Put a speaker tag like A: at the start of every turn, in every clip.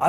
A: あ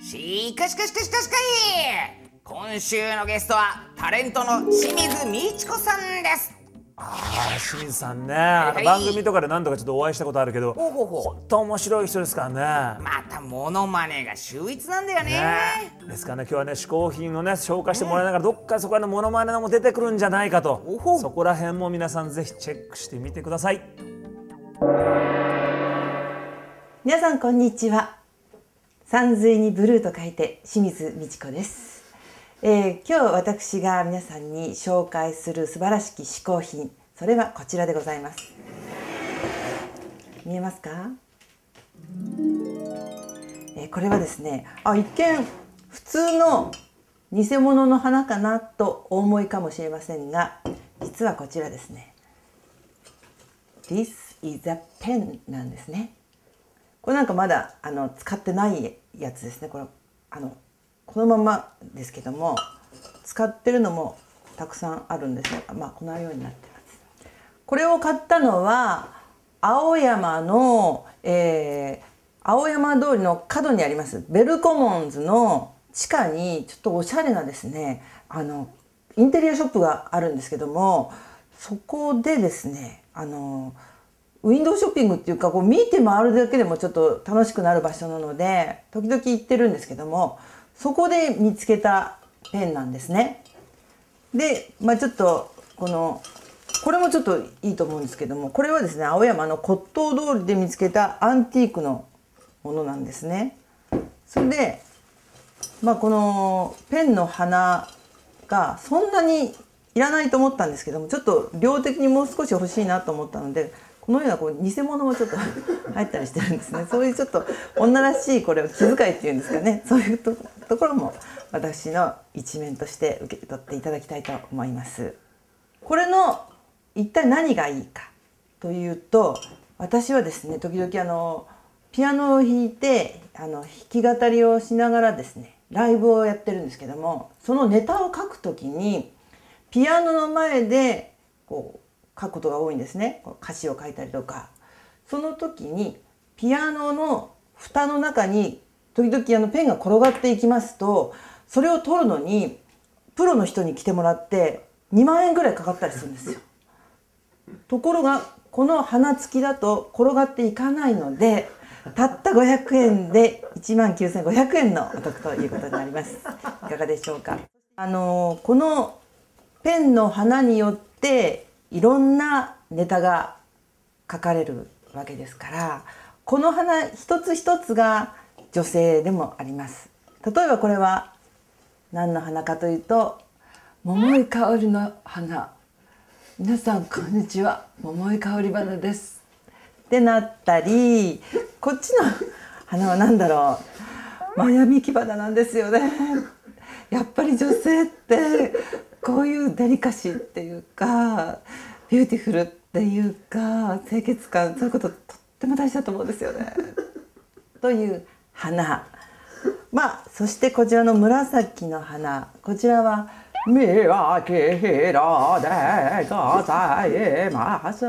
B: しかしかしかしかしかい今週のゲストはタレントの清水美智子さんです
A: あー清水さんね、あの番組とかで何度かちょっとお会いしたことあるけど、
B: ほうほうほう
A: 本当面白い人ですからね。
B: またモノマネが秀逸なんだよね
A: ねですからね、今日はね、嗜好品をね、紹介してもらいながら、どっかそこらのモノマネも出てくるんじゃないかと
B: おほ。
A: そこら辺も皆さんぜひチェックしてみてください。
C: 皆さんこんにちは山水にブルーと書いて清水美智子です、えー、今日私が皆さんに紹介する素晴らしき嗜好品それはこちらでございます見えますか、えー、これはですねあ一見普通の偽物の花かなとお思いかもしれませんが実はこちらですね This is a pen なんですねこれなんかまだあの使ってないやつですねこれあのこのままですけども使ってるのもたくさんあるんですよまあこのようになってますこれを買ったのは青山の、えー青山通りの角にありますベルコモンズの地下にちょっとおしゃれなですねあのインテリアショップがあるんですけどもそこでですねあのウィンドウショッピングっていうかこう見て回るだけでもちょっと楽しくなる場所なので時々行ってるんですけどもそこで見つけたペンなんですね。で、まあ、ちょっとこのこれもちょっといいと思うんですけどもこれはですね青山の骨董通りで見つけたアンティークのものなんですね。それで、まあ、このペンの花がそんなにいらないと思ったんですけどもちょっと量的にもう少し欲しいなと思ったのでこのようなこう偽物もちょっと 入ったりしてるんですねそういうちょっと女らしいこれを気遣いっていうんですかねそういうとところも私の一面として受け取っていただきたいと思います。これの一体何がいいかというと私はですね時々あのピアノを弾いてあの弾き語りをしながらですねライブをやってるんですけどもそのネタを書くときにピアノの前でこう書くことが多いんですねこう歌詞を書いたりとかその時にピアノの蓋の中に時々あのペンが転がっていきますとそれを取るのにプロの人に来てもらって2万円ぐらいかかったりするんですよ。ところがこの花付きだと転がっていかないのでたった500円で1万9500円のお得ということになりますいかがでしょうかあのこのペンの花によっていろんなネタが書かれるわけですからこの花一つ一つが女性でもあります例えばこれは何の花かというと桃井香りの花皆さんこんにちは桃井香り花ですってなったりこっちの花は何だろうマヤミキバナなんですよねやっぱり女性ってこういうデリカシーっていうかビューティフルっていうか清潔感そういうこととっても大事だと思うんですよね。という花まあそしてこちらの紫の花こちらは「見分けひろでございます」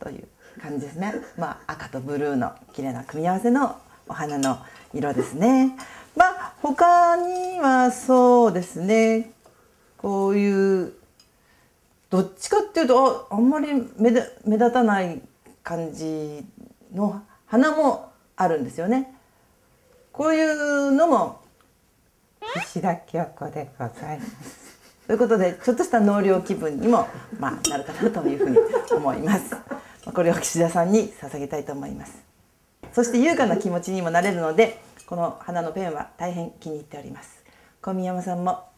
C: という感じですね、まあ、赤とブルーの綺麗な組み合わせのお花の色ですね。まあ他にはそうですねこういうどっちかっていうとああんまり目立目立たない感じの花もあるんですよね。こういうのも石田清子でございます。ということでちょっとした納涼気分にも、まあ、なるかなというふうに思います。 まあこれを岸田さんに捧げたいと思います。そして優雅な気持ちにもなれるのでこの花のペンは大変気に入っております。小宮山さんも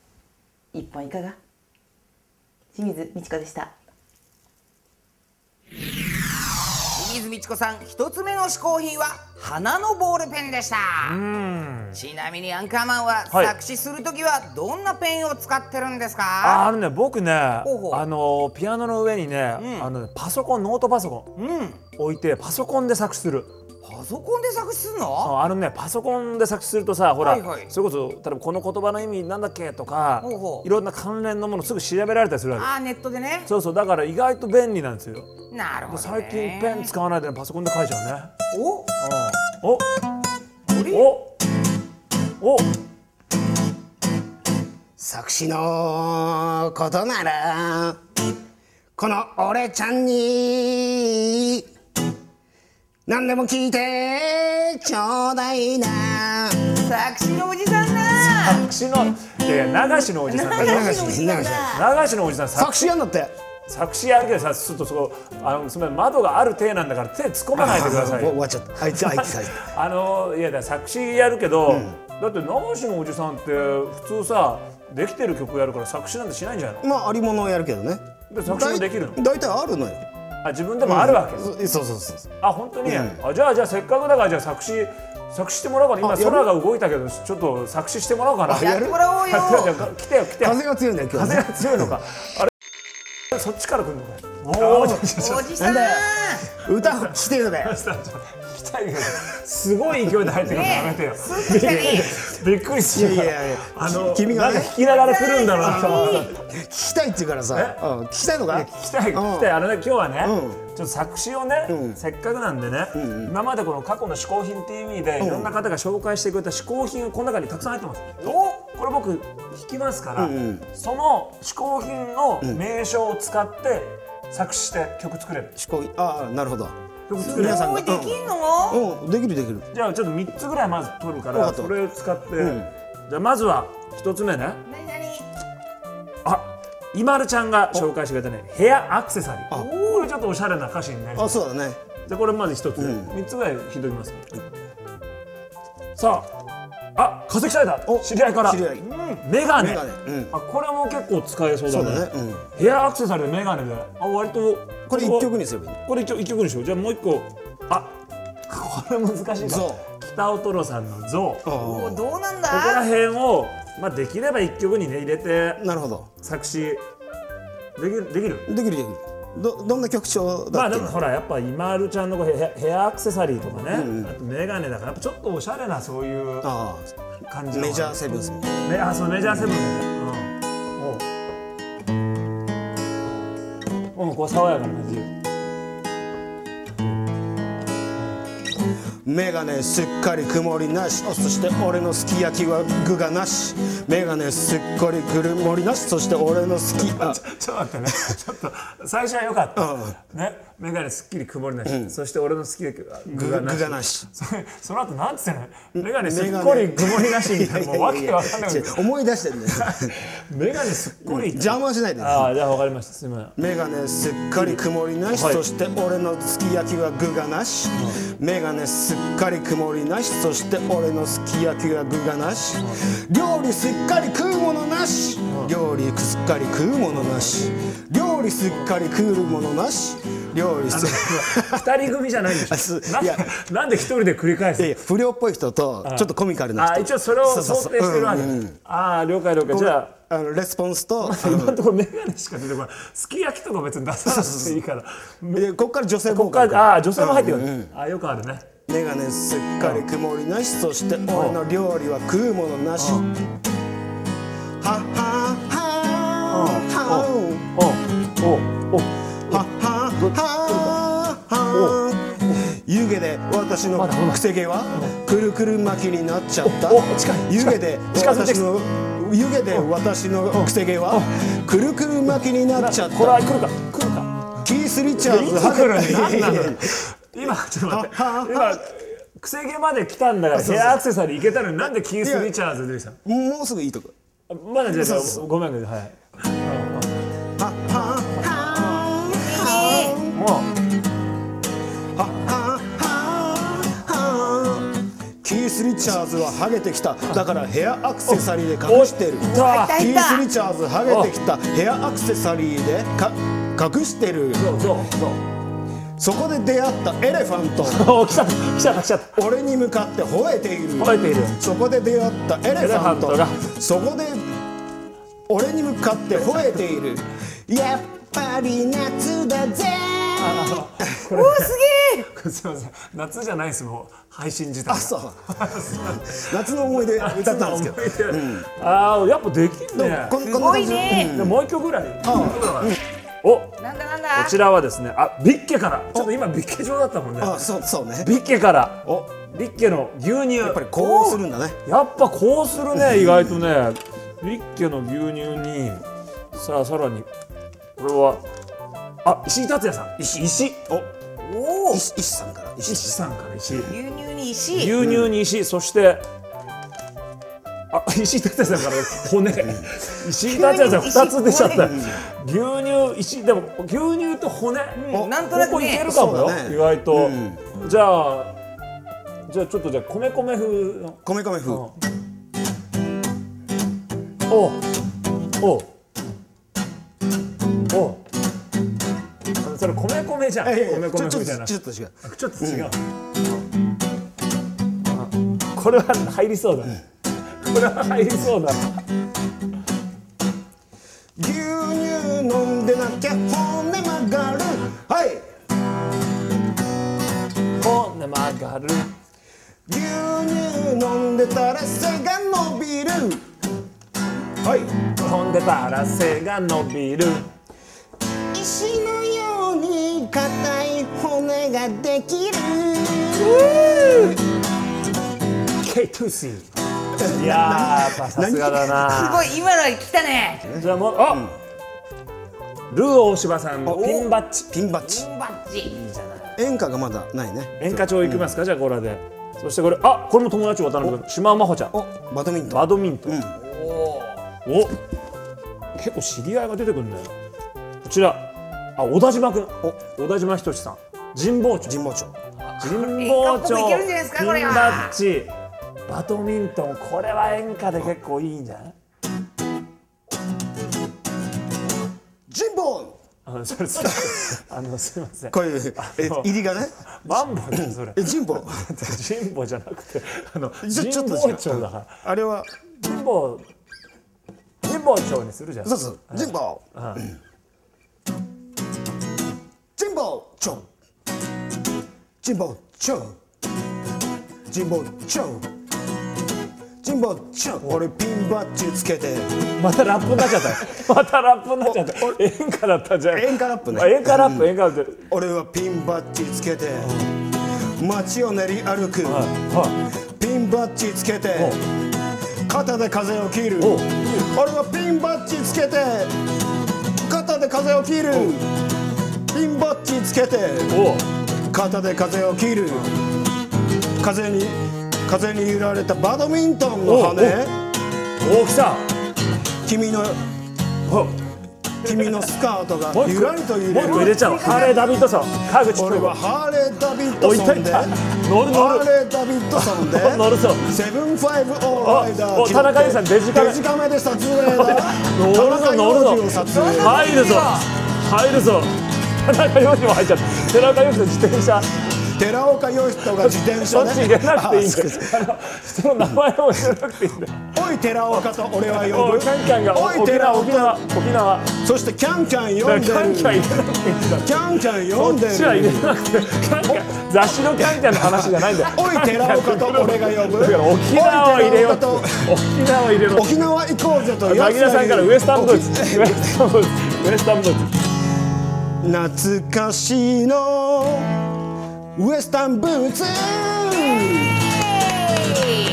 C: 一本いかが清水美智子でした。
B: 清水美智子さん一つ目の嗜好品は花のボールペンでした
A: うん
B: ちなみにアンカーマンは
A: はい
B: 作詞するときはどんなペンを使ってるんです
A: ああ
B: か、
A: るね僕ねあ
B: ほうほう
A: のピアノの上にね、
B: うん
A: あのねパソコンノートパソコ
B: うん
A: ン置いてパソコンで作詞する
B: パソコンで作詞するの
A: ああのねパソコンで作詞するとさほら、
B: はいはい
A: それこそ例えばこの言葉の意味なんだっけとか
B: ほうほう
A: いろんな関連のものすぐ調べられたりするわけ
B: あーネットでね
A: そうそうだから意外と便利なんですよ
B: なるほど、ね、
A: 最近ペン使わないでねパソコンで書いちゃうね
B: お
A: うん
B: あれ
A: おおお
D: 作詞のことならこの俺ちゃんに何でも聞いてちょうだいな
B: 作詞のおじさんだ
A: 作詞のいやいや流しのおじさんだ よ
D: 流しのおじさんだ
A: 流しのおじさん作
D: 作詞やんだって
A: 作詞やるけどさちょっとそこあのすみません窓がある体なんだから手突っ込まないでください
D: もう
A: よ
D: 終わっちゃったあいつあいつあいつ
A: あのいやだから作詞やるけど、だって流しのおじさんって普通さできてる曲やるから作詞なんてしないんじゃないの
D: まあありものをやるけどね
A: で作詞もできるの
D: だい大体あるのよ
A: あ自分でもあるわけ、
D: そうそうそうそう
A: あ本当に、
D: うん
A: あじゃあじゃあせっかくだからじゃあ作詞作詞してもらおうかな今
D: あやる
A: 空が動いたけどちょっと作詞してもらおうかな
B: やってもらおうよ
A: あじゃあじゃあ来てよ来てよ
D: 風が強いんだよ今日
A: 風
D: ね
A: が強いのかあれそっちから来るのか
D: おー
A: あちょちょちょ
B: おじさん
D: なんだよ歌して るね
A: ちょちょ来たいけどすごい勢いで入ってくるのやめてよ
B: スープ来たり
A: びっくりし
D: い
A: た
D: やいやいや
A: あの
D: 君がね
A: なんか引きながら来るんだ ろうなと思って
D: 聞きたいって言うからさ、
A: え
D: うん、聞きたいのか
A: 聞きたい
D: うん
A: 聞きたいあのね今日はね、
D: うん
A: ちょっと作詞をね、
D: ん
A: せっかくなんでね、今までこの過去の嗜好品 TV でいろんな方が紹介してくれた嗜好品この中にたくさん入ってます、おこれ僕弾きますから、
D: うんうん
A: その嗜好品の名称を使って作詞して曲作れる、
D: 思考ああなるほど
A: 曲作れ
D: 皆
A: る
D: さん
B: お
D: が
B: いできんの、
D: うん、うん、できるできる
A: じゃあちょっと3つぐらいまず取るか
D: わからった
A: それを使って、
D: うん
A: じゃあまずは1つ目ね
B: 何何
A: あ今るちゃんが紹介してくれたねヘアアクセサリーこれちょっとおしゃれな歌詞になります
D: あそうだね
A: じゃあこれまず一つ、三
D: ん
A: つぐらいひどいます、さああ化石サイダー知り合いから
D: 知り合い
A: うんメガネ
D: メガネうん
A: あこれも結構使えそうだ
D: そう
A: ね
D: だね、うん、
A: ヘアアクセサリーでメガネであ割と
D: これ
A: は
D: 一曲にすればいい
A: これ一曲一曲にしようじゃあもう一個あこれ難しいか
D: ゾ
A: 北オトロさんのゾウこ
D: あ
B: おどうなん
A: こら
B: だ
A: 辺をまあできれば一曲にね入れて
D: あなるほど
A: 作詞できるできる
D: できるできるどどんな曲調
A: ま
D: だ
A: あ
D: っ
A: で
D: け、
A: もほらやっぱ今るちゃんのこうヘアヘアアクセサリーとかね、あとメガネだからやっぱちょっとおしゃれなそういう
D: あ
A: 感
D: あ
A: じの
D: メジャーセブンスも
A: メあそうメジャーセブンねうんおううんこう爽やかな感じ
D: メガネすっかり曇りなしあそして俺のすき焼きは具がなしメガネすっかり曇りなしそして俺のすきあ
A: ちょっと待ってねちょっと最初は良かったねメガネすっきり曇りなし、そして俺の好きで具
D: 具
A: が
D: が
A: なし
D: なし
A: それその後なんつってねメガネすっこり曇りなしみたいなもうわけわかんない
D: ややや違う思い出してる んだよ
A: メガネすっこり
D: 邪魔しないで
A: ああじゃあわかりましたすみません
D: メガネすっかり曇りなし、
A: はい
D: そして俺のすき焼きは具がなし、メガネすっかり曇りなしそして俺のすき焼きは具がなし、料理すっかり食うものなし、料理すっかり食うものなし料理すっかり食うものなし料理すっ
A: 二人組じゃないんで
D: あ
A: しょ
D: す
A: なん
D: いや
A: なんで一人で繰り返す
D: いやいや不良っぽい人とちょっとコミカルな人
A: あ一応それを
D: うう
A: 想
D: う
A: 定してるわけ
D: うんうんうん
A: ああ了解了解じゃ
D: あのレスポンスと
A: あ今のところメガネしか出てこないすき焼きとか別に出さなくていいから
D: いやここから女性
A: こ
D: ボ
A: こ
D: ーカ
A: か
D: ル
A: らあー女性も入ってくる
D: うんうん
A: あーよくあるね
D: メガネすっかり曇りなしそして俺の料理は食うものなしはははは
A: おおお
D: ははは湯気で私のくせ毛はくるくる巻きになっちゃった
A: おお近い
D: 湯気で
A: 近づいてき
D: 私
A: た
D: の湯気で私のくせ毛はくるくる巻きになっちゃっ
A: これは
D: た
A: 来るか来るか
D: キース・リチャーズ
A: いつ来るんだ
D: い
A: 何
D: や
A: ないの
D: や
A: 今ちょっと待って
D: はは
A: 今くせ毛まで来たんだからヘアアクセサリーいけたのになんでキース・リチャーズでした
D: もうすぐいいとこ
A: まだじゃあごめんなさいはい
D: はははは
A: もう
D: キース・リチャーズはハゲてきただからヘアアクセサリーで隠してるキ
A: おっ
B: いたい
D: ー
B: た
D: ス・リチャーズハゲてきたヘアアクセサリーでか隠してる
A: そうそうそう
D: そこで出会ったエレファント
A: お来ちゃった来ちゃった来ちゃっ
D: 俺に向かって吠えている
A: た吠えている
D: そこで出会ったエレファント
A: エレファ
D: そこで俺に向かって吠えているやっぱり夏だぜ
A: おおすげえすいません夏じゃないですもう配信自体が
D: あそう夏の思い出歌ったんですけど
A: ど、ああやっぱできん
D: でも
A: ね
D: こんこんな
B: 多
D: 感
B: い
D: じで
B: ね
A: でもう一曲ぐらいおこ
B: なんだなんだ
A: ちらはですねあビッケからちょっと今ビッケ状だったもんね
D: あそうそうね
A: ビッケから
D: お
A: ビッケの牛乳や
D: やっぱりこうするんだね
A: やっぱこうするね意外とねビッケの牛乳にさあさらにこれはあ石井達也さん石石
B: おお牛
D: 石石さんから石
A: 石さんから石
B: 乳に石
A: 牛乳に石、そしてあ石井達也さんから骨石井達也さん二つ出ちゃった牛乳石でも牛乳と骨、
B: おなんとな
A: ここ
B: く
A: いけ
B: ね
A: るかも
D: そう
A: よ、
D: だね
A: 意外と、
D: うん
A: じゃあじゃあちょっとじゃあ米米風の
D: 米米風
A: おおおそれ米米じゃん
D: ええ
A: 米米
D: ちょちょ
A: 風
D: っ
A: じゃな
D: と
A: い
D: ちょっと違う
A: ちょっと違う、これは入りそうだ、これは入りそうだ
D: 牛乳飲んでなきゃ骨曲がるはい
A: こんな曲がる
D: 牛乳飲んでたら背が伸びるはい
A: 飛んでたら背が伸びる
D: 石のように硬い骨ができる
A: K2C いやーやっぱさすがだ
B: す
A: な
B: ごい今のは来たね
A: じゃあもうあ、ルー大柴さんのピンバッジ
D: ピンバッジ
B: ピンバッジ
D: 演歌がまだないね
A: 演歌帳いきますか、じゃあコーラでそしてこれあこれも友達渡辺君島尾真帆ちゃん
D: おバドミント
A: バ
D: ン
A: ドミントン、
B: おおー
A: お結構知り合いが出てくるんだよこちらあ小田島君小田島仁さん神保町
D: 神保町
A: 神保町
B: 演歌っぽくいけるんじゃないですか
A: ピン
B: これは
A: バッジバドミントンこれは演歌で結構いいんじゃない
D: 神保
A: あのそれそれあのすいません
D: こういうえ
A: の
D: 入りがね
A: マンボじゃんそれ
D: え神 保
A: 神保じゃなくてあの
D: ちょ
A: 神
D: ちょっと違
A: 保
D: う
A: 町だから
D: あれは
A: 神保神保町にするじゃん
D: そうそう神保神保町神保町神保町神保町俺ピンバッジつけて
A: またラップになっちゃ ったよまたラップになっちゃった演歌だったじゃん
D: 演歌ラップね
A: あ演歌ラップ演歌ラップ
D: 俺はピンバッジつけて街を練り歩く
A: はいはい
D: ピンバッジつけて肩で風を切る
A: おう
D: 俺はピンバッジつけて肩で風を切るピンバッジつけて
A: おう
D: 肩で風を切る風に風に揺られたバドミントンの羽
A: 大きさ
D: 君の
A: おう
D: 君のスカートが
A: もう一
D: ゆ
A: 個
D: らりと揺
A: もう一個入れ
D: れる
A: ちゃおうハーレー・ダビッドソン川口
D: 俺
A: 君
D: はハーレー・ダビッド
A: おい
D: ソ
A: た
D: ン
A: い
D: で
A: た
D: ハ
A: 乗る乗
D: ー
A: る
D: レー・ダビッドソン で
A: 乗るぞ
D: セブンファイブオーライダ
A: おお
D: ー
A: 田中裕二さんデジカメ
D: デジカメで撮影だ
A: 乗るぞ
D: 田中
A: 乗るぞ
D: 裕二を撮影
A: 入るぞ入るぞ田中陽子も入っちゃった寺岡陽子の自転車
D: 寺岡義人が自転
A: そ
D: 車
A: っち
D: ね
A: 入れなくていいんだよあの人の名前を入れなくていいんだよ
D: おい寺岡と俺は
A: お
D: 呼
A: い
D: ぶ
A: キャンキャンがお
D: おい
A: 沖
D: 寺
A: 縄
D: 岡
A: 沖縄沖縄
D: そしてキャンキャン
A: だか
D: 読
A: ら
D: んで
A: キャンキャン
D: る
A: 入れなくていいんだよ
D: キャンキャン
A: こ
D: 読ん
A: っ
D: でる
A: ちは入れなくてキャンキャン雑誌のキャンキャンの話じゃないんだよ
D: おい寺岡と俺が呼ぶ
A: だから沖縄を入れようって
D: おい
A: 沖縄を入れろ
D: 沖縄行こうぜと奴ら
A: な
D: に
A: ぎらさんからウエスタンブーツ
D: 沖
A: ウエスタンブーツウエスタンブーツ
D: 懐かしいのウエスタンブーツ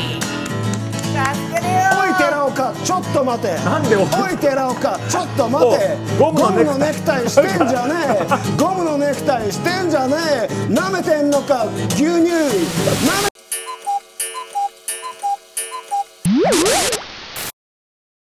B: さすがだよ
D: おい寺岡ちょっと待て
A: なんでお
D: おい寺岡ちょっと待て
A: おゴムのネクタイ
D: ネクタイしてんじゃねえゴムのネクタイしてんじゃねえなめてんのか牛乳な